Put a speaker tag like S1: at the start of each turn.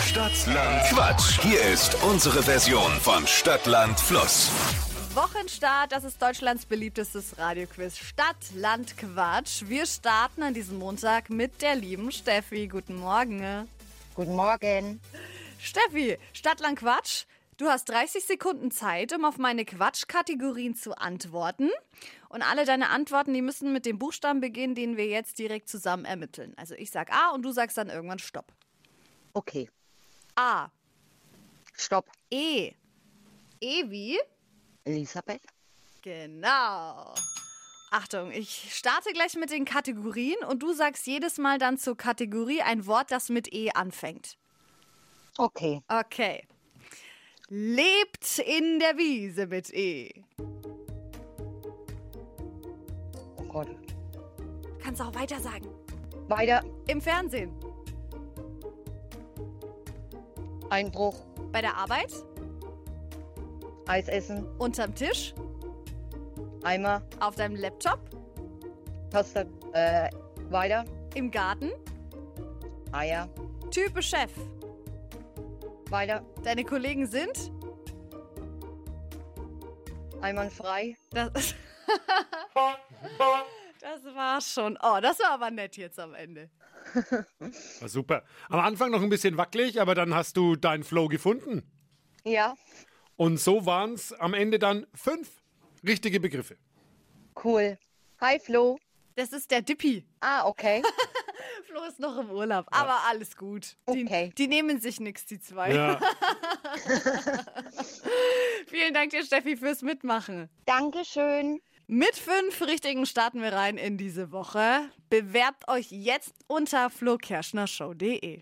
S1: Stadtland Quatsch. Hier ist unsere Version von Stadtland Fluss.
S2: Wochenstart, das ist Deutschlands beliebtestes Radioquiz Stadt, Land, Quatsch. Wir starten an diesem Montag mit der lieben Steffi. Guten Morgen.
S3: Guten Morgen.
S2: Steffi, Stadt, Land, Quatsch. Du hast 30 Sekunden Zeit, um auf meine Quatschkategorien zu antworten. Und alle deine Antworten, die müssen mit dem Buchstaben beginnen, den wir jetzt direkt zusammen ermitteln. Also ich sag A und du sagst dann irgendwann Stopp.
S3: Okay,
S2: A,
S3: stopp.
S2: E. E wie?
S3: Elisabeth?
S2: Genau. Achtung, ich starte gleich mit den Kategorien und du sagst jedes Mal dann zur Kategorie ein Wort, das mit E anfängt.
S3: Okay,
S2: Okay. Lebt in der Wiese mit E.
S3: oh Gott.
S2: Kannst auch weiter sagen.
S3: Weiter,
S2: Im Fernsehen,
S3: Einbruch,
S2: bei der Arbeit,
S3: Eis essen,
S2: unterm Tisch,
S3: Eimer,
S2: auf deinem Laptop,
S3: Taste, äh, weiter,
S2: im Garten,
S3: Eier,
S2: Type Chef.
S3: weiter,
S2: Deine Kollegen sind
S3: einwandfrei.
S2: Das, das war schon. Oh, das war aber nett jetzt am Ende.
S4: War super. Am Anfang noch ein bisschen wackelig, aber dann hast du deinen Flow gefunden.
S3: Ja,
S4: Und so waren es am Ende dann fünf richtige Begriffe.
S3: cool. Hi Flo.
S2: Das ist der Dippi.
S3: Ah, okay.
S2: Flo ist noch im Urlaub, aber alles gut. Die,
S3: Okay.
S2: die nehmen sich nichts, die zwei.
S4: Ja,
S2: Vielen Dank dir, Steffi, fürs Mitmachen.
S3: Dankeschön.
S2: Mit fünf richtigen starten wir rein in diese Woche. Bewerbt euch jetzt unter flokerschnershow.de.